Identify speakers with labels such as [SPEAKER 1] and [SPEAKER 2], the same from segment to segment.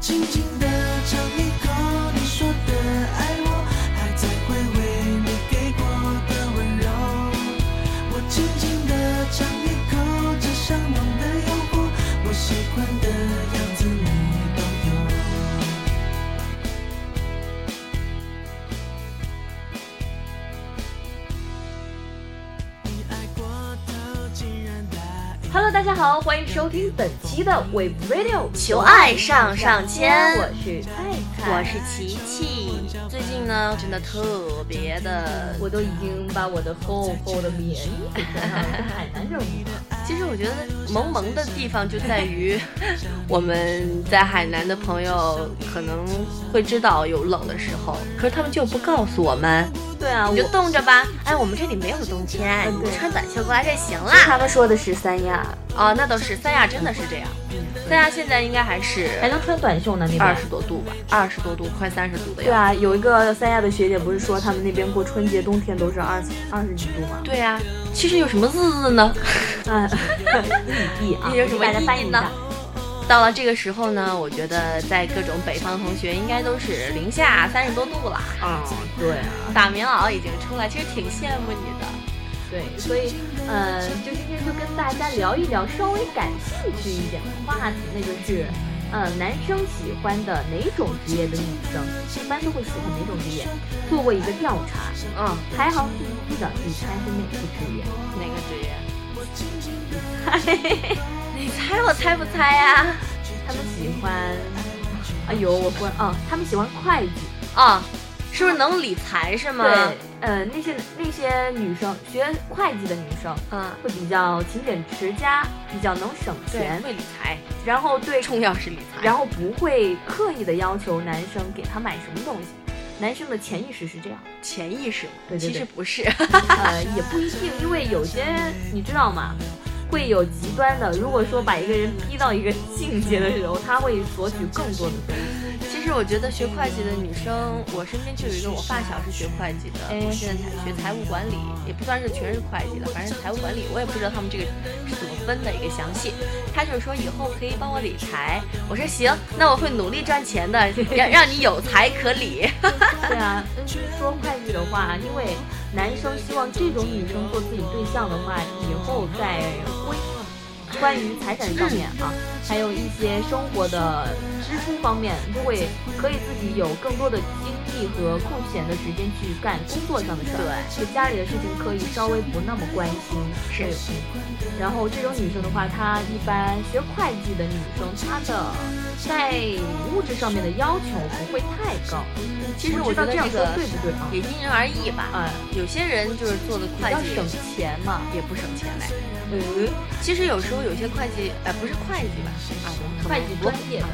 [SPEAKER 1] 轻轻地尝一口你说的爱我，还在回味你给过的温柔。我轻轻地尝一口这向往的诱惑，我喜欢的样子你都有。你爱过头竟然答应。
[SPEAKER 2] Hello，大家好，欢迎收听本期的 We Radio
[SPEAKER 3] 求爱上上签
[SPEAKER 2] 我是菜菜，
[SPEAKER 3] 我是琪琪，最近呢真的特别的，
[SPEAKER 2] 我都已经把我的厚厚的棉 衣给穿上了，海南人物。
[SPEAKER 3] 其实我觉得萌萌的地方就在于 我们在海南的朋友可能会知道有冷的时候，可是他们就不告诉我们，
[SPEAKER 2] 对啊，
[SPEAKER 3] 你就
[SPEAKER 2] 我
[SPEAKER 3] 冻着吧。哎，我们这里没有冬天，
[SPEAKER 2] 嗯
[SPEAKER 3] 你
[SPEAKER 2] 对
[SPEAKER 3] 穿短袖过来就行啦。
[SPEAKER 4] 他们说的是三亚，
[SPEAKER 3] 哦，那倒是，三亚真的是这样，三亚现在应该还是
[SPEAKER 2] 嗯还能穿短袖呢，那边
[SPEAKER 3] 二十多度吧，二十多度，快三十度的
[SPEAKER 4] 对
[SPEAKER 3] 样子。
[SPEAKER 4] 啊，有一个三亚的学姐不是说他们那边过春节冬天都是二十二十几度 吗？
[SPEAKER 3] 对呀、其实有什么日子呢？
[SPEAKER 4] 哎，
[SPEAKER 2] 意义啊，
[SPEAKER 3] 有什
[SPEAKER 2] 给
[SPEAKER 3] 么
[SPEAKER 2] 大家
[SPEAKER 3] 意义
[SPEAKER 2] 翻译一
[SPEAKER 3] 呢
[SPEAKER 2] 下。
[SPEAKER 3] 到了这个时候呢，我觉得在各种北方同学应该都是零下三十多度了，
[SPEAKER 2] 啊、对啊。
[SPEAKER 3] 大棉袄已经出来，其实挺羡慕你的。
[SPEAKER 2] 对，所以，呃，就今天就跟大家聊一聊稍微感兴趣一点的话题，那就是，呃，男生喜欢的哪种职业的女生，一般都会喜欢哪种职业？做过一个调查，
[SPEAKER 3] 嗯，
[SPEAKER 2] 排行第一的，你猜是哪个职业？
[SPEAKER 3] 哪个职业？你猜我猜不猜呀、
[SPEAKER 2] 他们喜欢，哎呦，我关啊，他们喜欢会计。
[SPEAKER 3] 啊？哦，是不是能理财是吗？
[SPEAKER 2] 对，呃，那些那些女生学会计的女生
[SPEAKER 3] 嗯，
[SPEAKER 2] 会比较勤俭持家，比较能省
[SPEAKER 3] 对，
[SPEAKER 2] 钱，
[SPEAKER 3] 会理财，
[SPEAKER 2] 然后对
[SPEAKER 3] 重要是理财。
[SPEAKER 2] 然后不会刻意的要求男生给他买什么东西，男生的潜意识是这样，
[SPEAKER 3] 潜意识嘛，
[SPEAKER 2] 对对对
[SPEAKER 3] 其实不是。
[SPEAKER 2] 呃，也不一定，因为有些你知道吗，会有极端的。如果说把一个人逼到一个境界的时候，他会索取更多的东西。
[SPEAKER 3] 其实我觉得学会计的女生，我身边就有一个我发小是学会计的，
[SPEAKER 2] 哎
[SPEAKER 3] 我现在才学财务管理，也不算是全是会计的，反正是财务管理，我也不知道他们这个是怎么分的一个详细。她就是说以后可以帮我理财，我说行，那我会努力赚钱 的，让让你有财可理。
[SPEAKER 2] 对啊，嗯说会计的话，因为男生希望这种女生做自己对象的话，以后在婚关于财产上面啊，还有一些生活的支出方面，就会可以自己有更多的精力和空闲的时间去干工作上的事儿，对家里的事情可以稍微不那么关心。
[SPEAKER 3] 是
[SPEAKER 2] 对，嗯然后这种女生的话，她一般学会计的女生，她的在物质上面的要求不会太高。
[SPEAKER 3] 其实
[SPEAKER 2] 不知
[SPEAKER 3] 我
[SPEAKER 2] 道
[SPEAKER 3] 觉得
[SPEAKER 2] 这样
[SPEAKER 3] 这
[SPEAKER 2] 说
[SPEAKER 3] 个
[SPEAKER 2] 对不对啊？
[SPEAKER 3] 也因人而异吧，
[SPEAKER 2] 哎，
[SPEAKER 3] 有些人就是做的
[SPEAKER 2] 比
[SPEAKER 3] 会
[SPEAKER 2] 较
[SPEAKER 3] 计
[SPEAKER 2] 省钱嘛。
[SPEAKER 3] 也不省钱嘞。
[SPEAKER 2] 嗯，
[SPEAKER 3] 其实有时候有些会计，呃，不是会计吧，啊，我可
[SPEAKER 2] 会
[SPEAKER 3] 能
[SPEAKER 2] 计专业的，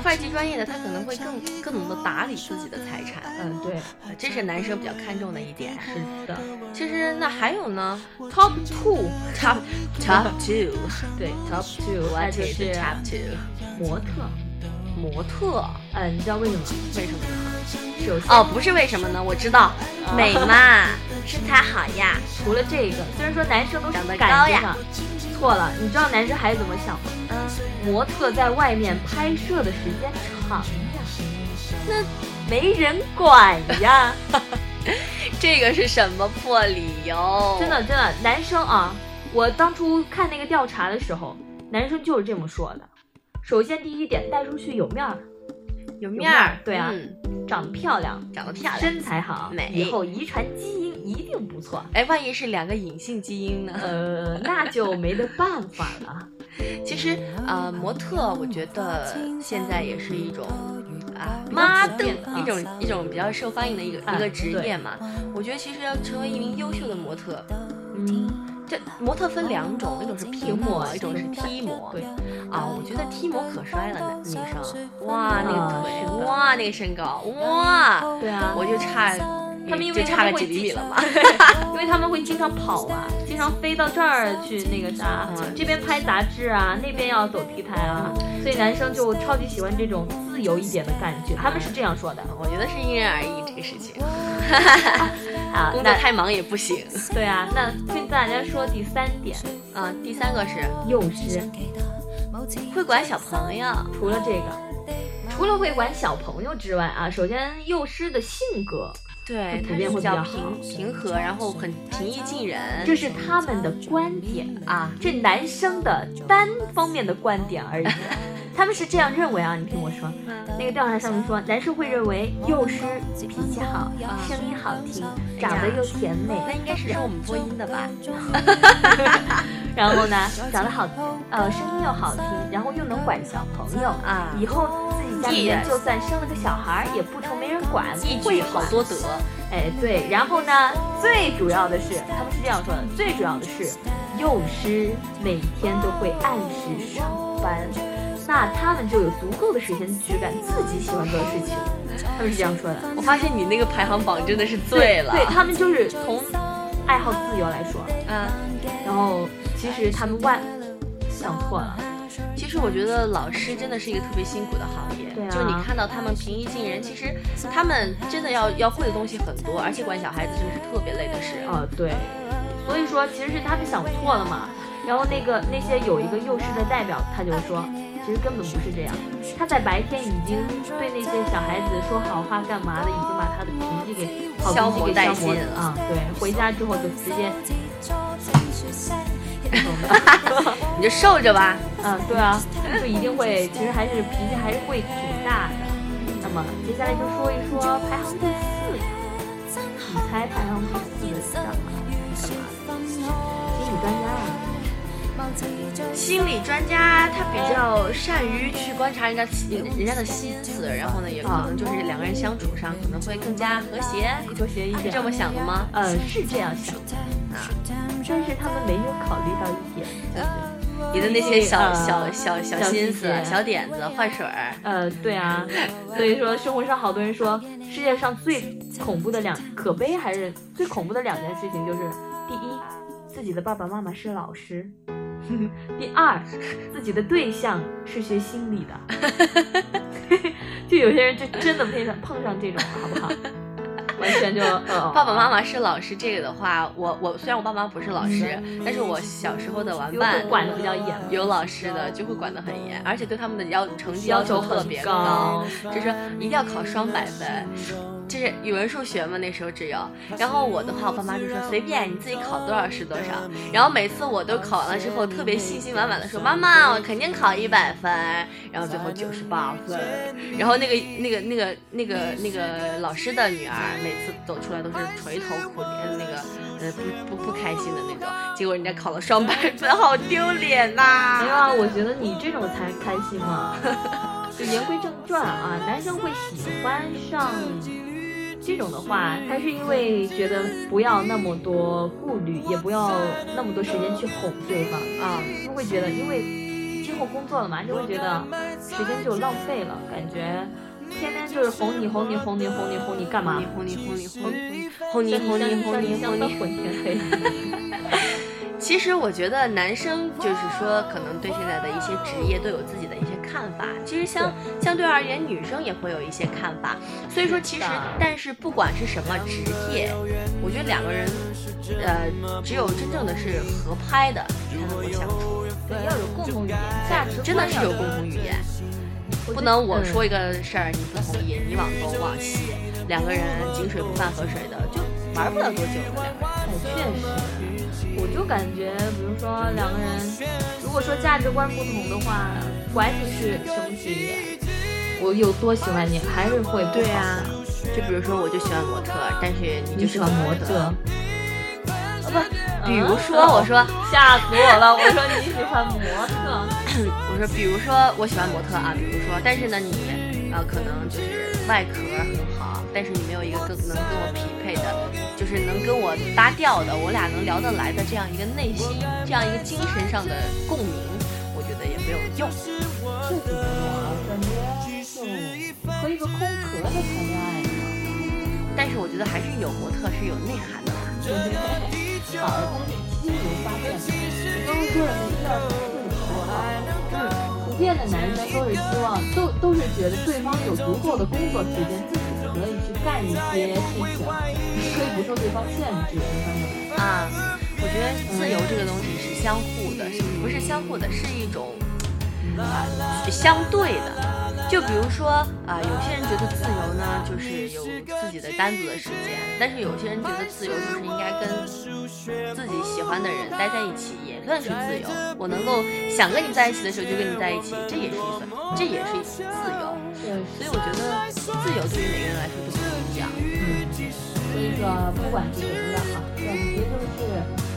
[SPEAKER 3] 会计专业的他可能会更更懂得打理自己的财产，
[SPEAKER 2] 嗯，对，
[SPEAKER 3] 呃这是男生比较看重的一点。
[SPEAKER 2] 是的
[SPEAKER 3] 其实那还有呢
[SPEAKER 2] ，Top Two，
[SPEAKER 3] ，top top two，
[SPEAKER 2] 对，Top Two，
[SPEAKER 3] 我
[SPEAKER 2] 那就
[SPEAKER 3] 这是
[SPEAKER 2] 是
[SPEAKER 3] top two，
[SPEAKER 2] 模特。
[SPEAKER 3] 模特，
[SPEAKER 2] 嗯，你知道为什么吗？
[SPEAKER 3] 为什么呢？
[SPEAKER 2] 首先，
[SPEAKER 3] 哦，不是为什么呢？我知道，美嘛，身材好呀，
[SPEAKER 2] 除了这个，虽然说男生都是
[SPEAKER 3] 长得
[SPEAKER 2] 感
[SPEAKER 3] 高
[SPEAKER 2] 觉
[SPEAKER 3] 呀
[SPEAKER 2] 上，错了，你知道男生还怎么想吗？
[SPEAKER 3] 嗯，
[SPEAKER 2] 模特在外面拍摄的时间长呀，那没人管 呀。
[SPEAKER 3] 这个是什么破理由？
[SPEAKER 2] 真的真的，男生啊，我当初看那个调查的时候，男生就是这么说的。首先第一点，带出去有面儿，
[SPEAKER 3] 有
[SPEAKER 2] 面
[SPEAKER 3] 面
[SPEAKER 2] 儿
[SPEAKER 3] 儿，
[SPEAKER 2] 对啊
[SPEAKER 3] 嗯
[SPEAKER 2] 长得漂亮，
[SPEAKER 3] 长得漂亮。
[SPEAKER 2] 身材好，
[SPEAKER 3] 美
[SPEAKER 2] 以后遗传基因一定不错。
[SPEAKER 3] 哎，万一是两个隐性基因呢？
[SPEAKER 2] 呃，那就没得办法了。
[SPEAKER 3] 其实，呃，模特我觉得现在也是一种啊
[SPEAKER 1] 比较
[SPEAKER 3] 妈
[SPEAKER 2] 普
[SPEAKER 3] 的
[SPEAKER 2] 遍啊
[SPEAKER 3] 一种一种比较受欢迎的一个、
[SPEAKER 2] 啊
[SPEAKER 3] 一个职业嘛。我觉得其实要成为一名优秀的模特，
[SPEAKER 2] 嗯，
[SPEAKER 3] 这模特分两种，一种是
[SPEAKER 2] 平
[SPEAKER 3] 平
[SPEAKER 2] 模
[SPEAKER 3] 模，一种是 T 模。
[SPEAKER 2] 对，
[SPEAKER 3] 啊，我觉得 T 模可帅了，男女生，哇那
[SPEAKER 2] 啊
[SPEAKER 3] 个腿
[SPEAKER 2] 是的，
[SPEAKER 3] 哇那个身高，哇，
[SPEAKER 2] 对啊，
[SPEAKER 3] 我就差
[SPEAKER 2] 嗯他们因为
[SPEAKER 3] 就
[SPEAKER 2] 他
[SPEAKER 3] 差
[SPEAKER 2] 们
[SPEAKER 3] 个
[SPEAKER 2] 会
[SPEAKER 3] 几厘米了嘛。
[SPEAKER 2] 因为他们会经常跑啊，经常飞到这儿去那个啥，
[SPEAKER 3] 嗯
[SPEAKER 2] 这边拍杂志啊，那边要走 T 台啊，所以男生就超级喜欢这种自由一点的感觉。他们是这样说的
[SPEAKER 3] 我觉得是因人而异这个事情，
[SPEAKER 2] 啊
[SPEAKER 3] 嗯工。作
[SPEAKER 2] 那
[SPEAKER 3] 太忙也不行。
[SPEAKER 2] 对啊，那跟大家说第三点，
[SPEAKER 3] 啊，第三个是
[SPEAKER 2] 幼师。
[SPEAKER 3] 会管小朋友。
[SPEAKER 2] 除了这个，除了会管小朋友之外啊，首先幼师的性格，
[SPEAKER 3] 对，
[SPEAKER 2] 普
[SPEAKER 3] 他
[SPEAKER 2] 遍
[SPEAKER 3] 是
[SPEAKER 2] 会
[SPEAKER 3] 比
[SPEAKER 2] 比较
[SPEAKER 3] 较
[SPEAKER 2] 好
[SPEAKER 3] 平平和，然后很平易近人
[SPEAKER 2] 这是他们的观点
[SPEAKER 3] 啊。
[SPEAKER 2] 这男生的单方面的观点而已。 他们是这样认为啊，你听我说，那个调查上面说，男生会认为幼师脾气好，声音好听，长得又甜美，
[SPEAKER 3] 那应该是受我们播音的吧？
[SPEAKER 2] 然后呢，长得好，呃，声音又好听，然后又能管小朋友
[SPEAKER 3] 啊
[SPEAKER 2] 以后自己家里面就算生了个小孩儿，也不愁没人管，
[SPEAKER 3] 一
[SPEAKER 2] 不
[SPEAKER 3] 举
[SPEAKER 2] 会
[SPEAKER 3] 好
[SPEAKER 2] 管。
[SPEAKER 3] 多得，
[SPEAKER 2] 哎，对，然后呢，最主要的是，他们是这样说的，最主要的是，幼师每天都会按时上班，那他们就有足够的时间去干自己喜欢做的事情，他们是这样说的。
[SPEAKER 3] 我发现你那个排行榜真的是醉了。
[SPEAKER 2] 对他们就是从爱好自由来说，
[SPEAKER 3] 啊，
[SPEAKER 2] 然后其实他们万想错了，
[SPEAKER 3] 其实我觉得老师真的是一个特别辛苦的行业，
[SPEAKER 2] 对啊
[SPEAKER 3] 就是你看到他们平易近人，其实他们真的要要会的东西很多，而且管小孩子真的是特别累的事。
[SPEAKER 2] 啊、对，所以说其实是他们想错了嘛。然后那个那些有一个幼师的代表，他就说，其实根本不是这样。他在白天已经对那些小孩子说好话干嘛的，已经把他的脾气给好
[SPEAKER 3] 消
[SPEAKER 2] 脾
[SPEAKER 3] 磨
[SPEAKER 2] 气给
[SPEAKER 3] 殆
[SPEAKER 2] 消磨
[SPEAKER 3] 尽了
[SPEAKER 2] 啊、对，回家之后就直 接，
[SPEAKER 3] 你就受着吧。
[SPEAKER 2] 嗯，对啊，就一定会，其实还是脾气还是会挺大的。那么接下来就说一说排行第四，你猜排行第四的是干嘛？干嘛？心理专家啊。
[SPEAKER 3] 心理专家他比较善于去观察人家人家的心思，然后呢，也可能就是两个人相处上可能会更加和谐。
[SPEAKER 2] 和谐一
[SPEAKER 3] 是
[SPEAKER 2] 点。
[SPEAKER 3] 这么想的吗？
[SPEAKER 2] 呃，是这样想的，但是他们没有考虑到一点，就是
[SPEAKER 3] 你的那些小
[SPEAKER 2] 嗯
[SPEAKER 3] 小小小心思
[SPEAKER 2] 小细、节
[SPEAKER 3] 小点子、坏水儿，
[SPEAKER 2] 呃，对啊，所以说生活上好多人说，世界上最恐怖的两可悲还是最恐怖的两件事情就是，第一，自己的爸爸妈妈是老师。 第二，自己的对象是学心理的， 就有些人就真的碰上碰上这种了，好不 好？完全就呃，
[SPEAKER 3] 爸爸妈妈是老师，这个的话，我我虽然我爸妈不是老师，但是我小时候的玩
[SPEAKER 2] 有
[SPEAKER 3] 伴
[SPEAKER 2] 管的比较严，
[SPEAKER 3] 有老师的就会管得很严，而且对他们的要成绩
[SPEAKER 2] 要
[SPEAKER 3] 求
[SPEAKER 2] 求
[SPEAKER 3] 特
[SPEAKER 2] 很
[SPEAKER 3] 别
[SPEAKER 2] 高，
[SPEAKER 3] 就是一定要考双百分。就是语文、数学嘛，那时候只有。然后我的话，我爸妈就说随便你自己考多少是多少。然后每次我都考完了之后，特别信心满满的说：“妈妈，我肯定考一百分。”然后最后九十八分。然后那个、那个、那个、那个、那个老师的女儿，每次走出来都是垂头苦脸，那个呃不不不开心的那种。结果人家考了双百分，好丢脸呐、
[SPEAKER 2] 没有啊，我觉得你这种才开心 嘛。就言归正传啊，男生会喜欢上这种的话，他是因为觉得不要那么多顾虑，也不要那么多时间去哄对方，
[SPEAKER 3] 啊，
[SPEAKER 2] 他会觉得因为今后工作了嘛，就会觉得时间就浪费了，感觉天天就是哄你哄你哄你哄你哄你干嘛
[SPEAKER 3] 你？哄你哄你哄你哄你
[SPEAKER 2] 像
[SPEAKER 3] 哄你
[SPEAKER 2] 像
[SPEAKER 3] 哄你
[SPEAKER 2] 像
[SPEAKER 3] 哄
[SPEAKER 2] 当
[SPEAKER 3] 你。
[SPEAKER 2] 混天黑。
[SPEAKER 3] 其实我觉得男生就是说，可能对现在的一些职业都有自己的一些看法。其实相相对而言，女生也会有一些看法。所以说，其实
[SPEAKER 2] 是的
[SPEAKER 3] 但是不管是什么职业，我觉得两个人，呃，只有真正的是合拍的，才能够相处。
[SPEAKER 2] 对，要有共同语言，价值观
[SPEAKER 3] 真的是
[SPEAKER 2] 要
[SPEAKER 3] 有共同语言，
[SPEAKER 2] 我
[SPEAKER 3] 不
[SPEAKER 2] 觉得
[SPEAKER 3] 能我
[SPEAKER 2] 嗯
[SPEAKER 3] 说一个事儿你不同意，你往东往西，两个人井水不犯河水的，就玩不了多久了。两个人
[SPEAKER 2] 哎，确实，我就感觉，比如说两个人，如果说价值观不同的话，管你是什么职业，我有多喜欢你，还是会不好的。
[SPEAKER 3] 对啊，就比如说，我就喜欢模特儿，但是你
[SPEAKER 2] 你
[SPEAKER 3] 就
[SPEAKER 2] 喜欢模特，啊不，呃
[SPEAKER 3] 比如说，嗯哦我说，
[SPEAKER 2] 吓死我了，我说你喜欢模特，
[SPEAKER 3] 我说，比如说我喜欢模特啊，比如说，但是呢，你呃可能就是外壳很好，但是你没有一个更能跟我匹配的，就是能跟我搭调的，我俩能聊得来的这样一个内心，这样一个精神上的共鸣，我觉得也没有用。
[SPEAKER 2] 这怎么啊？感觉就和一个空壳的谈恋爱一
[SPEAKER 3] 但是我觉得还是有模特是有内涵的
[SPEAKER 2] 嗯
[SPEAKER 3] 啦。
[SPEAKER 2] 样，反而攻击七零发现，你刚刚说的那叫自我啊。普遍的男生都是希望，都都是觉得对方有足够的工作时间，自己可以去干一些事情，可以不受对方限制。
[SPEAKER 3] 啊，我觉得自由这个东西是相互的，是不是相互的，是一种啊相对的。就比如说啊、有些人觉得自由呢，就是有自己的单独的时间，但是有些人觉得自由就是应该跟自己喜欢的人待在一起，也算是自由。我能够想跟你在一起的时候就跟你在一起，这也是一份，这也是一种自由。所以我觉得自由对于每个人来说都不一样。
[SPEAKER 2] 嗯所以说，不管是谁的啊，总结就是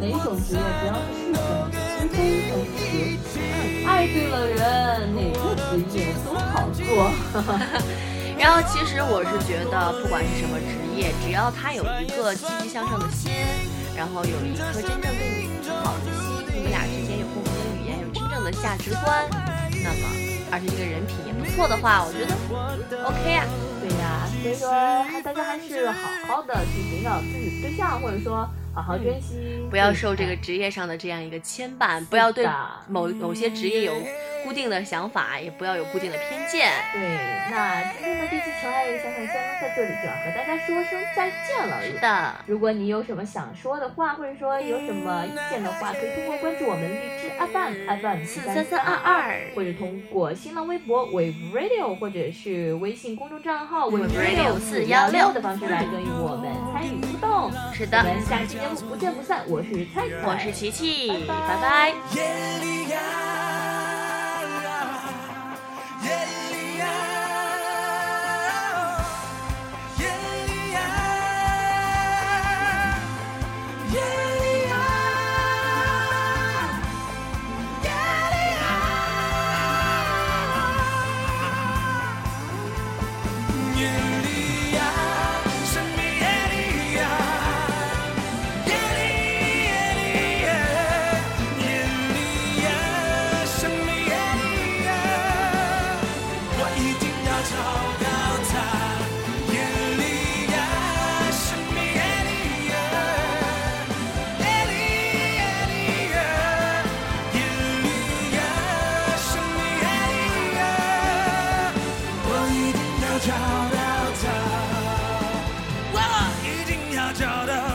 [SPEAKER 2] 哪一种职业，只要是适合你，无非一种职。爱对了人，哪个职业都好做。
[SPEAKER 3] 然后其实我是觉得，不管是什么职业，只要他有一个积极向上的心，然后有一颗真正对你好的心，你们俩之间有共同的语言，有真正的价值观，那么而且这个人品也不错的话，我觉得 OK 啊。
[SPEAKER 2] 对呀、所以说啊大家还是好好的去寻找自己的对象，或者说好好珍惜，
[SPEAKER 3] 嗯不要受这个职业上的这样一个牵绊，不要对某某些职业有固定的想法，也不要有固定的偏见。
[SPEAKER 2] 对，那今天的这期《纯爱又想想相关》在这里就要和大家说声再见了。
[SPEAKER 3] 是的，
[SPEAKER 2] 如果你有什么想说的话，或者说有什么意见的话，可以通过关注我们荔枝 FM FM
[SPEAKER 3] 四三三二，二，
[SPEAKER 2] 或者通过新浪微博 Wave Radio，或者是微信公众账号
[SPEAKER 3] Wave
[SPEAKER 2] Wave
[SPEAKER 3] 嗯 Radio
[SPEAKER 2] Radio
[SPEAKER 3] 416
[SPEAKER 2] 416的方式来跟我们参与互动。
[SPEAKER 3] 是
[SPEAKER 2] 我
[SPEAKER 3] 的，
[SPEAKER 2] 们下期节目不见不散，我是蔡蔡，
[SPEAKER 3] 我是琪琪，拜拜。
[SPEAKER 1] 耶利亚，耶利亚，耶利亚，耶利亚，耶利亚，耶利亚，神秘耶利亚，耶利耶利耶，耶利亚，神秘耶利亚，我一定要找到他，耶利亚，神秘耶利亚，耶利耶利耶，耶利亚，神秘耶利亚，我一定要找到他，我一定要找到。